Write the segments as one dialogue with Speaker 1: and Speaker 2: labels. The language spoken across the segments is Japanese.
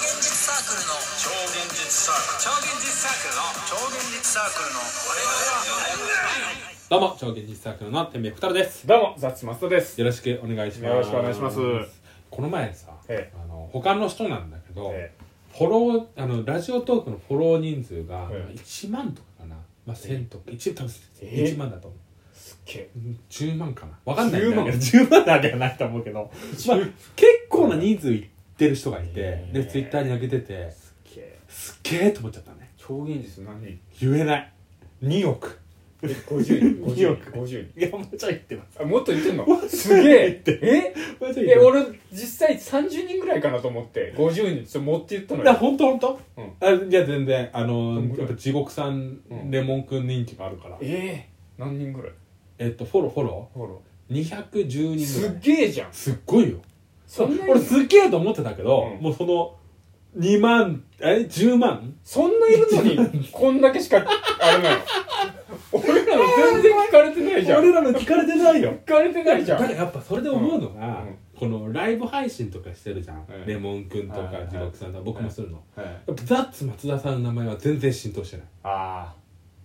Speaker 1: ークルの
Speaker 2: 超現実サーク
Speaker 1: 超
Speaker 2: ル
Speaker 1: 現実サークルの
Speaker 2: 超現実サークルの我々は
Speaker 3: どうも超現実サークルの天命ふたるです
Speaker 4: どうも、ザッツマストです。
Speaker 3: よろしくお願いします
Speaker 4: よろしくお願いします
Speaker 3: この前さ、
Speaker 4: え
Speaker 3: あの他の人なんだけど、
Speaker 4: え
Speaker 3: フォローあのラジオトークのフォロー人数が
Speaker 4: ええ
Speaker 3: 1万とかかな、まあ、1000とか1多分
Speaker 4: え
Speaker 3: 1万だと思う、
Speaker 4: すっげえ。
Speaker 3: うん10万かなわかんないんだけど
Speaker 4: 10万
Speaker 3: ,10 万なんじゃないと思うけど、まあ、結構な人数いってる人がいて、
Speaker 4: ええ
Speaker 3: でツイッターに上げてて
Speaker 4: すっげえ。
Speaker 3: すっげえと思っちゃったね
Speaker 4: 超現実何
Speaker 3: 言えない2億
Speaker 4: ?50
Speaker 3: 2
Speaker 4: 人。50
Speaker 3: 億
Speaker 4: 人。50人。
Speaker 3: いやもうちょい言ってます
Speaker 4: あ、 もっと言ってんのすげえ。
Speaker 3: もうちょ
Speaker 4: え
Speaker 3: い言
Speaker 4: え、
Speaker 3: ってます
Speaker 4: 俺、実際30人ぐらいかなと思って、50人ちょっと持って言ったの
Speaker 3: だ
Speaker 4: よ。
Speaker 3: 本当本当。
Speaker 4: うん
Speaker 3: あいや全然あの
Speaker 4: どんぐら
Speaker 3: や
Speaker 4: い
Speaker 3: っぱ地獄さん、
Speaker 4: うん
Speaker 3: レモンくん人気があるからえ
Speaker 4: ええ。何人ぐらい
Speaker 3: っとフォローフォロ
Speaker 4: ほら。
Speaker 3: ー210人ぐ
Speaker 4: す
Speaker 3: ら
Speaker 4: っ
Speaker 3: い
Speaker 4: げえじゃん。
Speaker 3: すっごいよ
Speaker 4: そんな
Speaker 3: 俺
Speaker 4: に、
Speaker 3: すっげえと思ってたけど、
Speaker 4: うん
Speaker 3: もうその2万え10万
Speaker 4: そんないるのに、こんだけし か、あれなの。俺らの全然聞かれてないじゃん。
Speaker 3: 俺らの聞かれてないよ
Speaker 4: 聞かれてないじ
Speaker 3: だ
Speaker 4: ゃん。
Speaker 3: からやっぱそれで思うのが、
Speaker 4: うんうん
Speaker 3: このライブ配信とかしてるじゃん、
Speaker 4: うん
Speaker 3: レモンくんと
Speaker 4: はいは
Speaker 3: か
Speaker 4: い
Speaker 3: 地獄さんとか僕もするの、
Speaker 4: はい
Speaker 3: やっぱザッツ松田さんの名前は全然浸透してない
Speaker 4: あ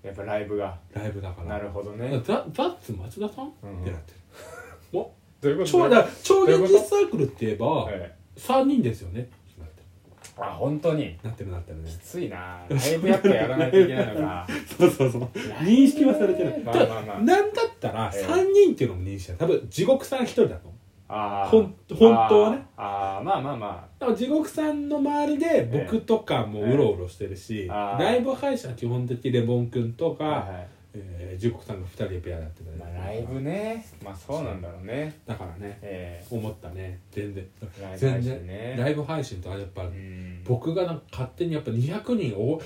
Speaker 4: あ、やっぱライブが。
Speaker 3: ライブだから
Speaker 4: なるほどね。
Speaker 3: ザザッツ松田さん、
Speaker 4: うん
Speaker 3: ってなってる お
Speaker 4: どういうこと
Speaker 3: 超だから超現実サークルって言えば
Speaker 4: はい
Speaker 3: 3人ですよね
Speaker 4: あ本当に
Speaker 3: なってるなってるね
Speaker 4: きついなライブやっぱやらないといけないのか
Speaker 3: そうそうそう 認識はされてない
Speaker 4: ま
Speaker 3: だ
Speaker 4: あ
Speaker 3: か
Speaker 4: まあま
Speaker 3: ら
Speaker 4: あ
Speaker 3: なんだったら
Speaker 4: ええ
Speaker 3: 3人っていうのも認識だ多分地獄さん1人だと思う
Speaker 4: あー
Speaker 3: ほん本当はね
Speaker 4: あーあーまあまあま
Speaker 3: だから地獄さんの周りで
Speaker 4: え
Speaker 3: 僕とかもうろうろしてるし、
Speaker 4: あー
Speaker 3: ライブ配信は基本的にレボン君とか、
Speaker 4: あはいはい
Speaker 3: えー地獄さんが2人でペアだってたりと
Speaker 4: ま
Speaker 3: か
Speaker 4: あライブねまあそうなんだろうね
Speaker 3: だからね
Speaker 4: え
Speaker 3: 思ったね全然
Speaker 4: えライブ
Speaker 3: 全
Speaker 4: 配信
Speaker 3: 然
Speaker 4: ね
Speaker 3: ライブ配信とかやっぱ、
Speaker 4: うん
Speaker 3: 僕がなんか勝手にやっぱ200人を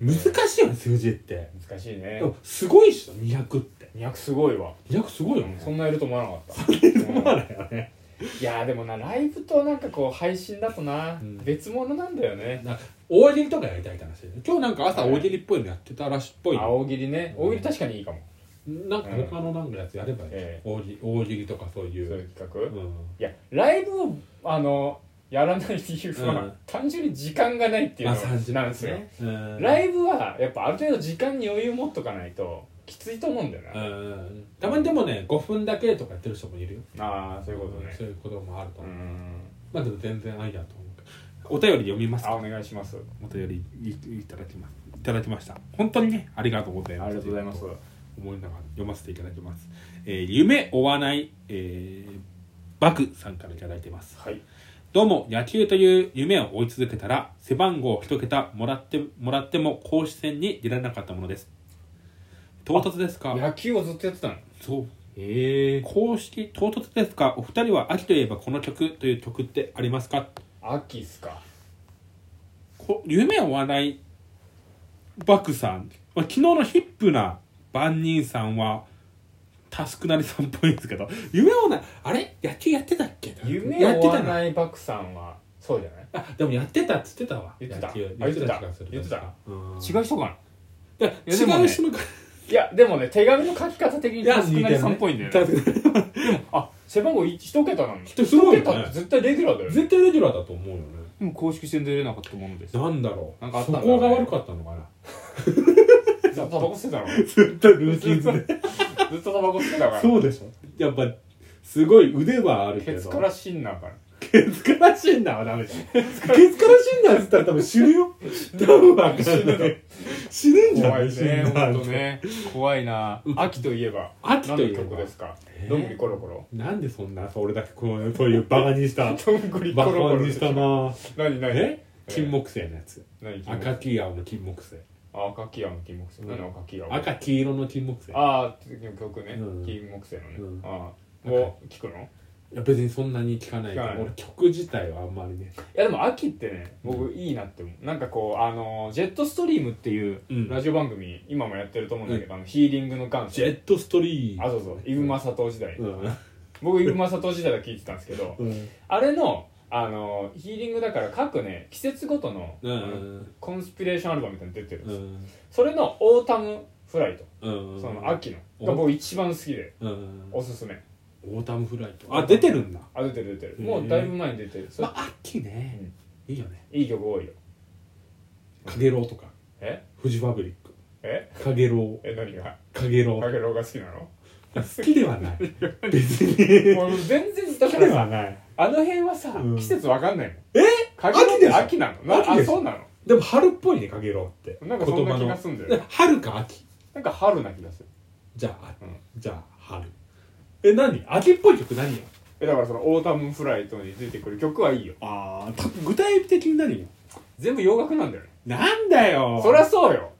Speaker 3: 難しいよね数字って
Speaker 4: 難しい
Speaker 3: で
Speaker 4: ね
Speaker 3: もすごいっしょ200って
Speaker 4: 200すごいわ
Speaker 3: 200すごいよね、
Speaker 4: そんないると思わなかったそんないると思わないよねいやーでもなライブとなんかこう配信だとな
Speaker 3: うん
Speaker 4: 別物なんだよね
Speaker 3: なんか大喜利とかやりたいって話で今日なんか朝大喜利っぽいのやってたらしいっぽい
Speaker 4: あ
Speaker 3: よ
Speaker 4: 大喜利ね大喜利確かにいいかも
Speaker 3: なんか他のなんかやつやればいい、
Speaker 4: え
Speaker 3: 大喜利大喜利とかそう
Speaker 4: そ
Speaker 3: いうう
Speaker 4: いう企画
Speaker 3: うん
Speaker 4: いやライブをあのやらない理由は、
Speaker 3: うん
Speaker 4: 単純に時間がないっていう
Speaker 3: ま
Speaker 4: の
Speaker 3: あ30
Speaker 4: なんですよ、
Speaker 3: うん
Speaker 4: ライブはやっぱある程度時間に余裕持っとかないときついと思うんだよ
Speaker 3: う
Speaker 4: な、
Speaker 3: んたまにでもね5分だけとかやってる人もいるよ
Speaker 4: ああそういうこと
Speaker 3: ん
Speaker 4: ね
Speaker 3: そういうこともあると
Speaker 4: う
Speaker 3: 思う、
Speaker 4: ん
Speaker 3: まあでも全然愛だと思うお便り読みます
Speaker 4: あ
Speaker 3: か
Speaker 4: お願いします
Speaker 3: お便りいいただきますいただきました本当にねありがとうござい
Speaker 4: あ
Speaker 3: ます
Speaker 4: りがとうございます
Speaker 3: 思いながら読ませていただきます、えー夢追わない、えー、バクさんからいただいてます
Speaker 4: はい
Speaker 3: どうも野球という夢を追い続けたら背番号一桁もらってもらっても公式戦に出られなかったものです唐突ですか
Speaker 4: 野球をずっとやってたの
Speaker 3: そう
Speaker 4: ええ
Speaker 3: 公式唐突ですかお二人は秋といえばこの曲という曲ってありますか
Speaker 4: 秋っすか
Speaker 3: こ夢を追わないバクさんまあ昨日のヒップな万人さんはタスクなりさんっぽいんですけど夢をなあれ野球やってたっけ
Speaker 4: 夢を追わ
Speaker 3: やって
Speaker 4: ないバクさんはそうじゃない
Speaker 3: たなあでもやってたっつってたわ
Speaker 4: 言ってた
Speaker 3: 野球
Speaker 4: あ言ってた
Speaker 3: 気がする
Speaker 4: 言ってた
Speaker 3: 確かうん
Speaker 4: う人かない
Speaker 3: や
Speaker 4: やでもね
Speaker 3: 違う人の
Speaker 4: いやでもね手紙の書き方的に
Speaker 3: いや
Speaker 4: タスクなりさんっぽいんだよね
Speaker 3: 似てるね
Speaker 4: あ背番号一一桁なんだ
Speaker 3: 一すごいよね
Speaker 4: 一桁って絶対レギュラーだよね
Speaker 3: 絶対レギュラーだと思うよね
Speaker 4: でも公式戦で出れなかったものです
Speaker 3: なんだろう
Speaker 4: なんかあった
Speaker 3: そ
Speaker 4: んだろう
Speaker 3: こ
Speaker 4: ね
Speaker 3: が悪かったのかな
Speaker 4: ずっとタバコ吸ってたの
Speaker 3: ずっとル
Speaker 4: ずっとずっとタバコ吸ってたか ら
Speaker 3: そうでしょやっぱすごい腕はあるけど
Speaker 4: ケツからシンナーから
Speaker 3: ケツから診断はダメじゃんケツから診断っつったら多分死ぬよ多分わかんない死ぬんじゃな
Speaker 4: 怖
Speaker 3: い
Speaker 4: い
Speaker 3: 死
Speaker 4: ね
Speaker 3: んだ
Speaker 4: 本当ね怖いな秋といえば
Speaker 3: 秋といえば
Speaker 4: 何の曲ですか
Speaker 3: えー
Speaker 4: どんぐりコロコロ
Speaker 3: なんでそんな俺だけこうそういうバカにした
Speaker 4: どんぐりコ
Speaker 3: バ
Speaker 4: ロコ
Speaker 3: カ
Speaker 4: ロ
Speaker 3: にしたな
Speaker 4: 何何
Speaker 3: え金木犀のやつ
Speaker 4: 何金
Speaker 3: 赤
Speaker 4: 木
Speaker 3: 黄青の金木犀
Speaker 4: あ赤木山の金木犀
Speaker 3: うん
Speaker 4: 何赤木山
Speaker 3: 赤黄色の金木犀い
Speaker 4: ああ曲ね
Speaker 3: うん
Speaker 4: 金木犀のね
Speaker 3: うん
Speaker 4: ああ
Speaker 3: 赤
Speaker 4: を聞くの
Speaker 3: や別にそんなに聞かないけど
Speaker 4: 聞かない
Speaker 3: 俺曲自体はあんまりね
Speaker 4: いやでも秋ってね僕いいなって思うなんかこうあのジェットストリームっていう
Speaker 3: うん
Speaker 4: ラジオ番組、今もやってると思うんだけど、あのヒーリングの元
Speaker 3: ジェ
Speaker 4: 祖
Speaker 3: ットストリー
Speaker 4: あそうそうイブマサト時代、
Speaker 3: うん
Speaker 4: 僕イブマサト時代は聞いてたんですけど
Speaker 3: うん
Speaker 4: あれのあのヒーリングだから各ね季節ごとの、
Speaker 3: う
Speaker 4: あの
Speaker 3: ん
Speaker 4: コンスピレーションアルバムみたいなの出てるん
Speaker 3: う
Speaker 4: ですよ、
Speaker 3: ん
Speaker 4: それのオータムフライト、
Speaker 3: うん
Speaker 4: その秋
Speaker 3: う
Speaker 4: の
Speaker 3: ん
Speaker 4: が僕一番好きで
Speaker 3: うん
Speaker 4: おすすめ
Speaker 3: オータムフライトあ出てるんだ
Speaker 4: あ出てる出てる
Speaker 3: へー
Speaker 4: もうだいぶ前に出てるそれ
Speaker 3: まあ秋ねいいよね
Speaker 4: いい曲多いよ
Speaker 3: かげろうとか
Speaker 4: え
Speaker 3: フジファブリック
Speaker 4: え
Speaker 3: かげろ
Speaker 4: え何が
Speaker 3: うかげろ
Speaker 4: か
Speaker 3: う
Speaker 4: げろうが好きなの
Speaker 3: 好きではない別に
Speaker 4: もう全然だ
Speaker 3: 好き
Speaker 4: か
Speaker 3: で
Speaker 4: らさ
Speaker 3: はない
Speaker 4: あの辺はさ、
Speaker 3: うん
Speaker 4: 季節わかんないの
Speaker 3: え
Speaker 4: かげろうっ
Speaker 3: 秋で
Speaker 4: て
Speaker 3: しょ
Speaker 4: 秋なのな
Speaker 3: 秋
Speaker 4: あ
Speaker 3: でしょ
Speaker 4: そうなの
Speaker 3: でも春っぽいねかげろうって
Speaker 4: なんかそんな気がすんだよね
Speaker 3: 言葉の春か秋
Speaker 4: なんか春な気がする
Speaker 3: じゃあ、
Speaker 4: うん
Speaker 3: じゃあ春え何秋っぽい曲何よ
Speaker 4: えだからそのオータムフライトに出てくる曲はいいよ
Speaker 3: ああ具体的に何よ
Speaker 4: 全部洋楽なんだよね
Speaker 3: なんだよ
Speaker 4: そりゃそうよ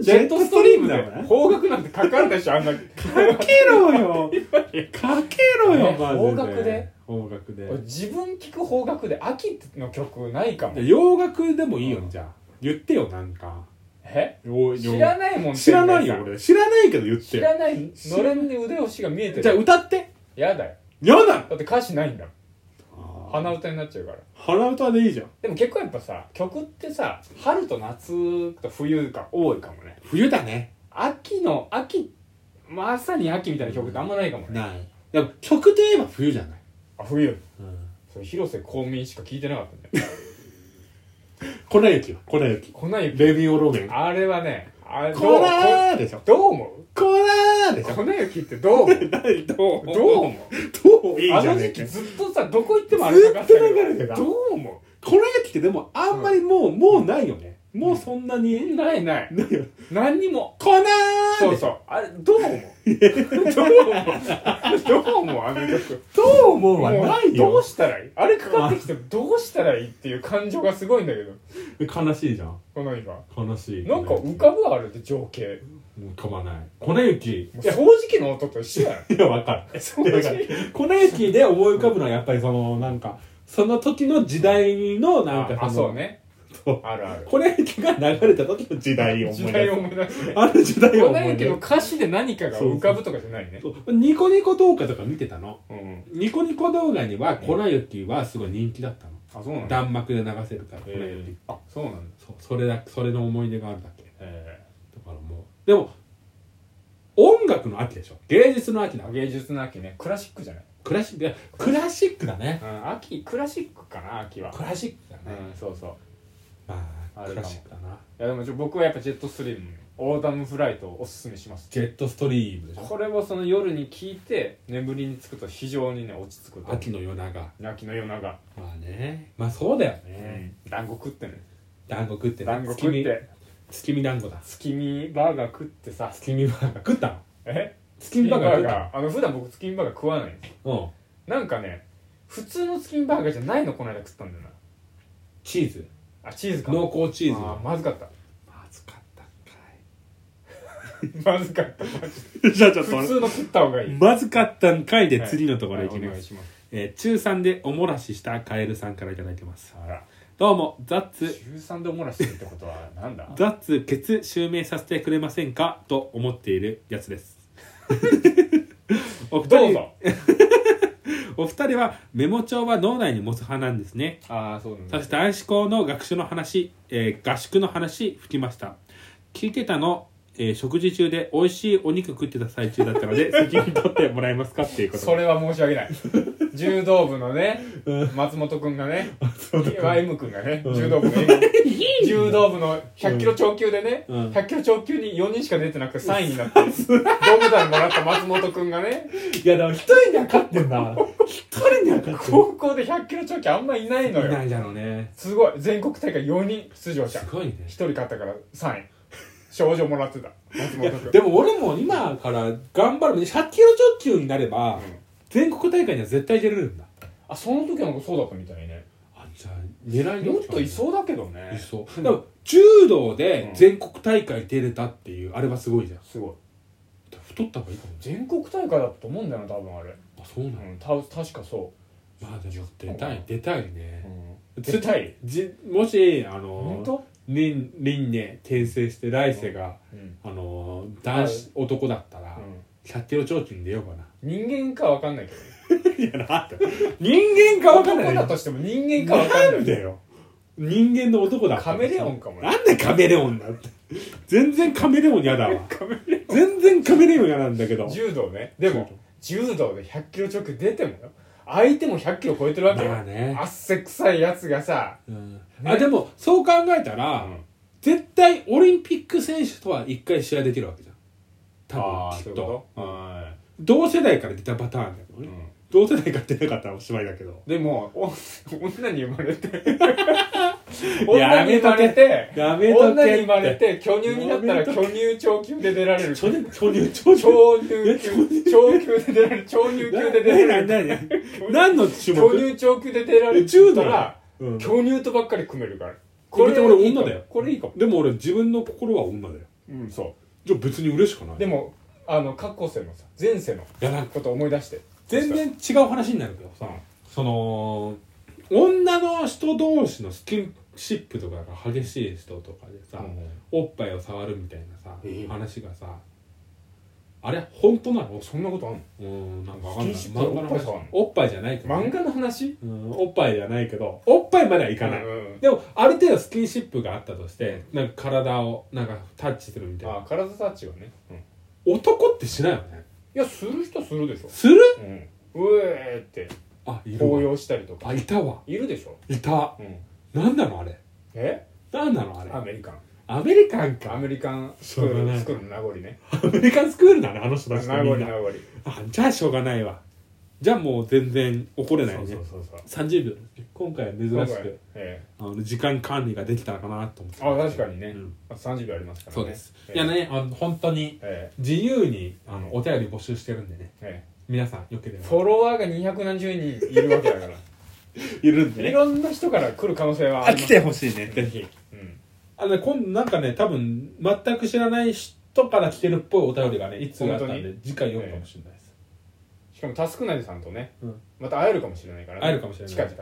Speaker 4: ジ
Speaker 3: ジ
Speaker 4: ェ
Speaker 3: ェ
Speaker 4: ッ
Speaker 3: ッ
Speaker 4: ト
Speaker 3: ト
Speaker 4: ス
Speaker 3: ス
Speaker 4: ト
Speaker 3: ト
Speaker 4: リ
Speaker 3: リ
Speaker 4: ー
Speaker 3: ー
Speaker 4: ム
Speaker 3: ム
Speaker 4: だ
Speaker 3: だ
Speaker 4: よ
Speaker 3: よ
Speaker 4: ね
Speaker 3: ね
Speaker 4: 邦楽なんてかかるでしょあんな
Speaker 3: かけろよかけろよ
Speaker 4: え
Speaker 3: マジ
Speaker 4: 邦楽で
Speaker 3: 邦楽で
Speaker 4: 俺 自分聞く邦楽で秋の曲ないかも
Speaker 3: 洋楽でもいいよ、
Speaker 4: うん
Speaker 3: じゃあ言ってよなんか
Speaker 4: え
Speaker 3: お
Speaker 4: 知ら
Speaker 3: よ
Speaker 4: ないもん
Speaker 3: 知らないよ
Speaker 4: 店員
Speaker 3: 俺知らないけど言っ
Speaker 4: さん知
Speaker 3: てよ
Speaker 4: らないのれんで腕押しが見えて
Speaker 3: じゃあ
Speaker 4: る
Speaker 3: 歌って
Speaker 4: やだよ
Speaker 3: 嫌なの
Speaker 4: だって歌詞ないんだもん
Speaker 3: あ
Speaker 4: 鼻歌になっちゃうから
Speaker 3: ー鼻歌でいいじゃん
Speaker 4: でも結構やっぱさ曲ってさ春と夏と冬が多いかもね
Speaker 3: 冬だね
Speaker 4: 秋の秋まさに秋みたいな曲ってあんまないかもね
Speaker 3: ないでも曲といえば冬じゃない、
Speaker 4: あ冬
Speaker 3: うん、
Speaker 4: それ広瀬香美しか聞いてなかったんだよ
Speaker 3: 粉雪よ粉雪
Speaker 4: こない
Speaker 3: レミオロメン
Speaker 4: あれはねあれどう
Speaker 3: 粉ーでしょ
Speaker 4: どう思
Speaker 3: 粉ーで
Speaker 4: う
Speaker 3: しょ
Speaker 4: 粉雪ってどう思う
Speaker 3: どう
Speaker 4: どう思う
Speaker 3: どういい
Speaker 4: あ
Speaker 3: じゃ
Speaker 4: の
Speaker 3: ねえ
Speaker 4: 時
Speaker 3: か
Speaker 4: 期ずっとさどこ行ってもあれ流して
Speaker 3: ずっと流れて
Speaker 4: ど
Speaker 3: た
Speaker 4: どう思
Speaker 3: 粉雪ってでもあんまりもう、もうないよねもうそんなに、
Speaker 4: うないない
Speaker 3: ないよ
Speaker 4: 何にも
Speaker 3: 粉ーで
Speaker 4: そうそうあれどう思うどう思うどう思うあの曲
Speaker 3: どう思うは
Speaker 4: もう
Speaker 3: ない
Speaker 4: どう
Speaker 3: よ
Speaker 4: したらいいあれかかってきてどうしたらいいっていう感情がすごいんだけど
Speaker 3: 悲しいじゃん
Speaker 4: この今
Speaker 3: 悲しい
Speaker 4: なんか浮かぶわあれって情景
Speaker 3: もう浮かばない粉雪
Speaker 4: もう掃除機の音と一緒やん
Speaker 3: いやわかる
Speaker 4: 掃除
Speaker 3: わかる粉雪で思い浮かぶのはやっぱりそのなんかその時の時代のなんか
Speaker 4: ああ
Speaker 3: そ
Speaker 4: そう
Speaker 3: の
Speaker 4: ね
Speaker 3: そう
Speaker 4: あるある
Speaker 3: 粉雪が流れた時の時代を思い出
Speaker 4: 時代
Speaker 3: す
Speaker 4: を思い出すね
Speaker 3: ある時代を
Speaker 4: 粉
Speaker 3: 思い
Speaker 4: 雪
Speaker 3: 出
Speaker 4: の
Speaker 3: す
Speaker 4: 歌詞で何かが浮かぶとかじゃないね
Speaker 3: そうニコニコ動画とか見てたの
Speaker 4: うん
Speaker 3: ニコニコ動画には粉雪はすごい人気だったの
Speaker 4: あそうなんだ
Speaker 3: 弾幕で流せるから粉
Speaker 4: え
Speaker 3: 雪
Speaker 4: ーあそうなんだ
Speaker 3: そうそれだそれの思い出があるだけ
Speaker 4: え
Speaker 3: だからもうでも音楽の秋でしょ芸術の秋だ
Speaker 4: ー芸術の秋ねクラシックじゃない
Speaker 3: クラシックいやクラシックだね
Speaker 4: うん秋クラシックかな秋は
Speaker 3: クラシックだ
Speaker 4: う
Speaker 3: ね、
Speaker 4: んそうそう
Speaker 3: ま
Speaker 4: あ
Speaker 3: あ
Speaker 4: る
Speaker 3: ク
Speaker 4: かも
Speaker 3: ラシックだない
Speaker 4: やでもちょ僕はやっぱジェットストリームオーダムフライトをおすすめします
Speaker 3: ジェットストリームでしょ
Speaker 4: これをその夜に聞いて眠りにつくと非常にね落ち着くと
Speaker 3: 秋の夜長
Speaker 4: 秋の夜長、
Speaker 3: まあねまあそうだよね、
Speaker 4: 団子食ってね
Speaker 3: 団子食ってね
Speaker 4: 団子食って
Speaker 3: 月見団子だ
Speaker 4: 月見バーガー食ってさ
Speaker 3: 月見バーガー食ったの
Speaker 4: え
Speaker 3: 月見バーガー食った
Speaker 4: ーあの普段僕月見バーガー食わないんです
Speaker 3: のうん
Speaker 4: なんかね普通の月見バーガーじゃないのこの間食ったんだよな
Speaker 3: チーズ
Speaker 4: あチーズか
Speaker 3: 濃厚チーズ
Speaker 4: あ
Speaker 3: の
Speaker 4: まずかった
Speaker 3: まずかったんか
Speaker 4: まずかった
Speaker 3: いじゃあじゃあ
Speaker 4: 普通の食った方がいい
Speaker 3: まずかったんかいで
Speaker 4: はい
Speaker 3: 次のところ行
Speaker 4: は
Speaker 3: き
Speaker 4: いお
Speaker 3: ま
Speaker 4: 願い
Speaker 3: す、
Speaker 4: します
Speaker 3: えー中3でおもらししたカエルさんからいただいてます
Speaker 4: あら
Speaker 3: どうもザッツ
Speaker 4: 中3でおもらしてるってことはなんだ
Speaker 3: ザッツケツ襲名させてくれませんかと思っているやつですお二
Speaker 4: どう
Speaker 3: 人
Speaker 4: ぞ
Speaker 3: お二人はメモ帳は脳内に持つ派なんですね
Speaker 4: ああそうなんだ
Speaker 3: そして男子校の学習の話、えー合宿の話吹きました聞いてたの、えー食事中で美味しいお肉食ってた最中だったの で責任取ってもらえますかっていうこと
Speaker 4: それは申し 訳ない柔道部のね
Speaker 3: う
Speaker 4: 松本君がね
Speaker 3: 本君
Speaker 4: M 君がね
Speaker 3: ん
Speaker 4: 柔道部の M 柔道部の100キロ超級でね、
Speaker 3: うん
Speaker 4: 100キロ超級に4人しか出てなくて3位にな って銅メダルもらった松本君がね
Speaker 3: いやでも一人には勝ってんな一人には勝
Speaker 4: 高校で100キロ超級あんまいないの
Speaker 3: いな
Speaker 4: よ
Speaker 3: いだろうね
Speaker 4: すごい全国大会4人出場者
Speaker 3: すごいね
Speaker 4: 1人勝ったから3位賞状もらってた松本君
Speaker 3: でも俺も今から頑張る100キロ直球になれば、全国大会には絶対出れるんだ
Speaker 4: あその時なんかそうだったみたいね
Speaker 3: あじゃあ狙い
Speaker 4: もっとい
Speaker 3: い
Speaker 4: そうだけどね
Speaker 3: そうでも柔道で全国大会出れたっていう、あれはすごいじゃん
Speaker 4: すごい
Speaker 3: 太った方がいいかもね
Speaker 4: 全国大会だったと思うんだよな多分あれ
Speaker 3: あそうなの、
Speaker 4: うん、た確かそ、
Speaker 3: まあでも出たい出たいうね、
Speaker 4: 絶対
Speaker 3: じもしあ
Speaker 4: 本
Speaker 3: の
Speaker 4: 当、
Speaker 3: 輪輪廻転生して来世が、
Speaker 4: うん
Speaker 3: あの男子、男だったら、100キロ超級に出ようかな
Speaker 4: 人間かわかんないけど
Speaker 3: いやな人間か分かんない
Speaker 4: 男だとしても人間かわかんない
Speaker 3: んだよ人間の男だ
Speaker 4: カメレオンかもね
Speaker 3: なんでカメレオンだって全然カメレオン嫌だ わ全然カメレオン嫌なんだけど
Speaker 4: 柔道ねでも柔道で100キロ直球出てもよ相手も100キロ超えてるわけよ、
Speaker 3: まあね
Speaker 4: 汗臭いやつがさ、
Speaker 3: うんあでもそう考えたら、
Speaker 4: うん
Speaker 3: 絶対オリンピック選手とは一回試合できるわけじゃん多
Speaker 4: あ
Speaker 3: 分
Speaker 4: ー
Speaker 3: きっ
Speaker 4: そういう
Speaker 3: と
Speaker 4: こ
Speaker 3: うん同世代から出たパターンだよね、
Speaker 4: うん
Speaker 3: 同世代から出なかったらおしまいだけど
Speaker 4: でもお 女に生まれて
Speaker 3: やめ
Speaker 4: 女に生ま
Speaker 3: と
Speaker 4: れて
Speaker 3: けやめとけ
Speaker 4: 女に生まれて巨乳になった
Speaker 3: やめ
Speaker 4: ら
Speaker 3: と
Speaker 4: 巨乳超級で出 られる
Speaker 3: 巨乳巨乳巨乳
Speaker 4: 超乳級超級で出られる超乳級で出られ
Speaker 3: 何何
Speaker 4: る
Speaker 3: 何何の種
Speaker 4: 巨
Speaker 3: 目
Speaker 4: 乳超級で出られる
Speaker 3: 柔
Speaker 4: っ
Speaker 3: 道
Speaker 4: たら
Speaker 3: うん
Speaker 4: 巨乳とばっかり組めるから
Speaker 3: これ
Speaker 4: いいか
Speaker 3: 俺
Speaker 4: も
Speaker 3: 女だよ
Speaker 4: これいいかも
Speaker 3: でも俺自分の心は女だよ
Speaker 4: うんそ
Speaker 3: じゃあ別に嬉しくないう
Speaker 4: でもあの過去世のさ前世の
Speaker 3: いやなんか
Speaker 4: こと思い出して
Speaker 3: 全然違う話になるけどさその女の人同士のスキンシップとかが激しい人とかでさ、おっぱいを触るみたいなさ、
Speaker 4: ええ
Speaker 3: 話がさあれ本当なの
Speaker 4: そんなことあんの
Speaker 3: うんなんかわかんない
Speaker 4: スキンシップで
Speaker 3: 漫画の
Speaker 4: おっぱい
Speaker 3: 話
Speaker 4: 触るの
Speaker 3: おっぱいじゃないけど、
Speaker 4: 漫画の話
Speaker 3: うん、おっぱいじゃないけどおっぱいまではいかない、
Speaker 4: うん
Speaker 3: でもある程度スキンシップがあったとしてなんか体をなんかタッチするみたいな
Speaker 4: あ体タッチはねうんい
Speaker 3: 男ってしないよね
Speaker 4: やする人するでしょ
Speaker 3: する
Speaker 4: うんうえーって
Speaker 3: あいる
Speaker 4: 抱
Speaker 3: わ
Speaker 4: 擁したりとか
Speaker 3: あいたわ
Speaker 4: いるでしょ
Speaker 3: いた
Speaker 4: うん
Speaker 3: なんなのあれ
Speaker 4: え
Speaker 3: なんなのあれ
Speaker 4: アメリカン
Speaker 3: アメリカン
Speaker 4: ア
Speaker 3: か
Speaker 4: メリカンスク
Speaker 3: そう
Speaker 4: ー
Speaker 3: だ
Speaker 4: ル
Speaker 3: ね
Speaker 4: スクールの名残ね
Speaker 3: アメリカンスクールだねあの人
Speaker 4: 名
Speaker 3: たちって
Speaker 4: 残
Speaker 3: みん
Speaker 4: 名
Speaker 3: な
Speaker 4: 残
Speaker 3: あじゃあしょうがないわじゃあもう全然怒れない
Speaker 4: そ
Speaker 3: ね
Speaker 4: うそうそうそう
Speaker 3: 30秒ですね今回は珍
Speaker 4: 今
Speaker 3: し
Speaker 4: 回
Speaker 3: く
Speaker 4: え
Speaker 3: あの時間管理ができたのかなと思って
Speaker 4: えあ確かにね、
Speaker 3: うん
Speaker 4: あ30秒ありますから
Speaker 3: そ
Speaker 4: ね
Speaker 3: うです、
Speaker 4: ええ
Speaker 3: いやねあの本当に
Speaker 4: え
Speaker 3: 自由にあ
Speaker 4: う
Speaker 3: の
Speaker 4: ん
Speaker 3: お便り募集してるんでね
Speaker 4: ええ
Speaker 3: 皆さんよけれ
Speaker 4: え
Speaker 3: ば
Speaker 4: フォロワーが2何十人いるわけ だから
Speaker 3: いるん
Speaker 4: いろんな人から来る可能性はあります
Speaker 3: てほしいねぜひ
Speaker 4: うん
Speaker 3: あのね今なんかね多分全く知らない人から来てるっぽいお便りがねいつがあったん
Speaker 4: 本当
Speaker 3: で次回読むかもしれないです、
Speaker 4: しかもタスクナイさんとね、
Speaker 3: うん
Speaker 4: また会えるかもしれないから、ね、
Speaker 3: 会えるかもしれない
Speaker 4: 近々